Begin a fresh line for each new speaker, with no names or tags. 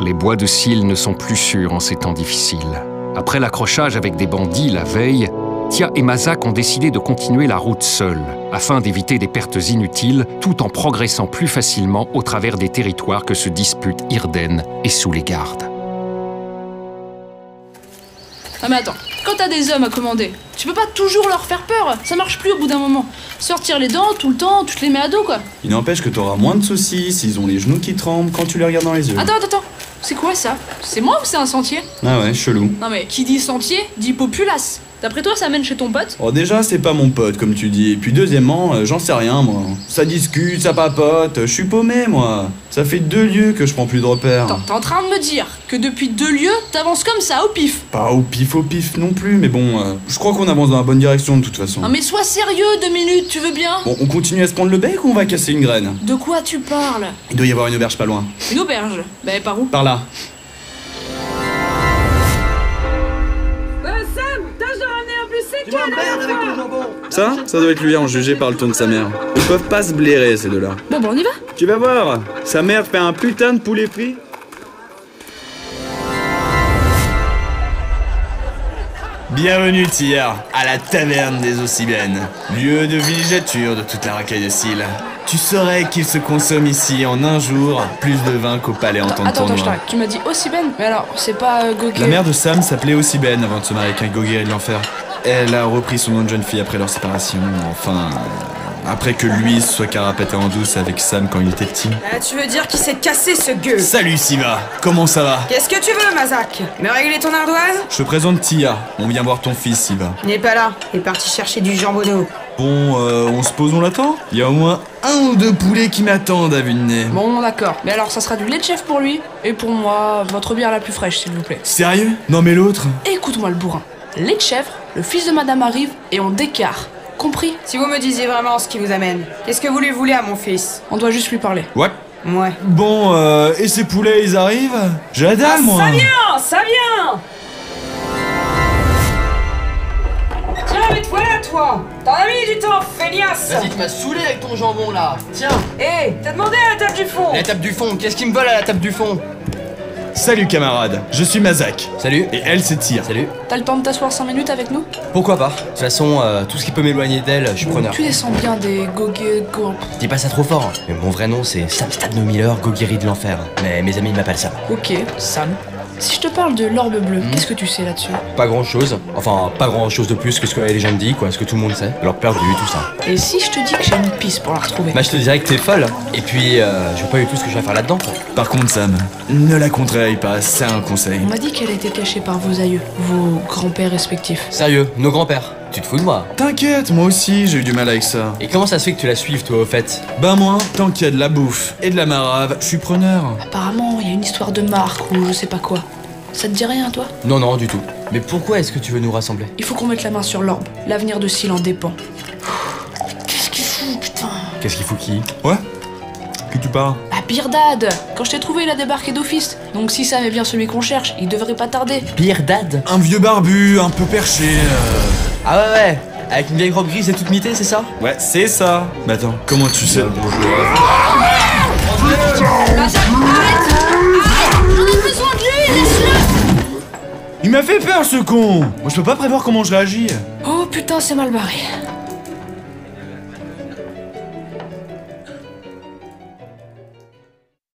Les bois de cils ne sont plus sûrs en ces temps difficiles. Après l'accrochage avec des bandits la veille, Tia et Mazak ont décidé de continuer la route seuls, afin d'éviter des pertes inutiles, tout en progressant plus facilement au travers des territoires que se disputent Irden et sous les gardes.
Non Ah, mais attends, quand t'as des hommes à commander, tu peux pas toujours leur faire peur, ça marche plus au bout d'un moment. Sortir les dents tout le temps, tu te les mets à dos quoi.
Il n'empêche que t'auras moins de soucis s'ils ont les genoux qui tremblent quand tu les regardes dans les yeux.
Attends, attends, attends, c'est quoi ça C'est moi ou c'est un sentier
Ah ouais, chelou.
Non mais qui dit sentier, dit populace. D'après toi, ça mène chez ton pote
Oh déjà, c'est pas mon pote comme tu dis, et puis deuxièmement, euh, j'en sais rien moi. Ça discute, ça papote, euh, je suis paumé moi. Ça fait deux lieux que je prends plus de repères.
Attends, T'es en train de me dire que depuis deux lieux, t'avances comme ça, au pif
Pas au pif au pif non plus, mais bon, euh, je crois qu'on avance dans la bonne direction de toute façon.
Non Ah, mais sois sérieux deux minutes, tu veux bien
Bon, on continue à se prendre le bec ou on va casser une graine
De quoi tu parles
Il doit y avoir une auberge pas loin.
Une auberge Bah par où
Par là.
Euh, Sam, t'as genre un nez en plus sec toi, là
Ça, ça doit être lui en jugé par le ton de sa mère. Ils peuvent pas se blairer ces deux-là.
Bon bah on y va
Tu vas voir, sa mère fait un putain de poulet frit.
Bienvenue Tia, à la taverne des Ossibènes, lieu de villégiature de toute la racaille de Cils. Tu saurais qu'il se consomme ici en un jour plus de vin qu'au palais en temps de
Attends, attends, je
tournoi.
t'arrête. Tu m'as dit aussi Ben Mais alors, c'est pas euh, Gauguin.
La mère de Sam s'appelait aussi Ben avant de se marier avec un goguerre de l'enfer. Elle a repris son nom de jeune fille après leur séparation, enfin. euh, Après que lui se soit carapaté en douce avec Sam quand il était petit.
Ah, tu veux dire qu'il s'est cassé ce gueux
Salut Siva, comment ça va
Qu'est-ce que tu veux, Mazak Me réguler ton ardoise
Je te présente Tia, on vient voir ton fils, Siva.
Il n'est pas là, il est parti chercher du jambonneau.
Bon, euh, on se pose, on l'attend Il y a au moins un ou deux poulets qui m'attendent à vue de nez.
Bon, d'accord. Mais alors, ça sera du lait de chef pour lui. Et pour moi, votre bière la plus fraîche, s'il vous plaît.
Sérieux Non mais l'autre
Écoute-moi le bourrin. Lait de chèvre, le fils de madame arrive et on décare. Compris
Si vous me disiez vraiment ce qui vous amène, qu'est-ce que vous lui voulez à mon fils
On doit juste lui parler.
Ouais.
Ouais.
Bon, euh, et ces poulets, ils arrivent J'ai la dalle, moi
Ça vient Ça vient Tiens, mais te voilà, toi T'en as mis du temps, feignasse
Vas-y, tu m'as saoulé avec ton jambon là. Tiens,
Hé, t'as demandé à la table du fond
la table du fond, qu'est-ce qu'ils me veulent à la table du fond
Salut camarade, je suis Mazak.
Salut.
Et elle, c'est Tia.
Salut.
T'as le temps de t'asseoir 5 minutes avec nous
Pourquoi pas De toute façon, euh, tout ce qui peut m'éloigner d'elle, je suis preneur.
Tu descends bien des goguets, go...
Dis pas ça trop fort. hein. Mais mon vrai nom, c'est Sam Stadno Miller, Goguiri de l'enfer. Mais mes amis m'appellent Sam.
Ok, Sam. Si je te parle de l'orbe bleue, qu'est-ce que tu sais là-dessus
Pas grand chose. Enfin, pas grand chose de plus que ce que les gens me disent, quoi. Ce que tout le monde sait. Leur perdu, tout ça.
Et si je te dis que j'ai une piste pour la retrouver
Bah, je te dirais que t'es folle. Et puis, euh, je vois pas du tout ce que je vais faire là-dedans, quoi.
Par contre, Sam, ne la contraille pas, c'est un conseil.
On m'a dit qu'elle a été cachée par vos aïeux, vos grands-pères respectifs.
Sérieux, nos grands-pères. Tu te fous de moi
T'inquiète, moi aussi, j'ai eu du mal avec ça.
Et comment ça se fait que tu la suives, toi, au fait
Ben moi, tant qu'il y a de la bouffe et de la marave, je suis preneur.
Apparemment, il y a une histoire de marque ou je sais pas quoi. Ça te dit rien, toi
Non, non, du tout. Mais pourquoi est-ce que tu veux nous rassembler
Il faut qu'on mette la main sur l'orbe. L'avenir de Syl en dépend. Qu'est-ce qu'il fout, putain
Qu'est-ce qu'il fout qui
Ouais Que tu parles
Ah, Birdad Quand je t'ai trouvé, il a débarqué d'office. Donc si Sam est bien celui qu'on cherche, il devrait pas tarder.
Birdad
Un vieux barbu, un peu perché. euh.
Ah ouais ouais Avec une vieille robe grise et toute mitée, c'est ça
Ouais, c'est ça. Mais attends, comment tu sais
Mazak, arrête Arrête J'en ai besoin de lui Laisse-le
Il m'a fait peur ce con Moi je peux pas prévoir comment je réagis.
Oh putain, c'est mal barré.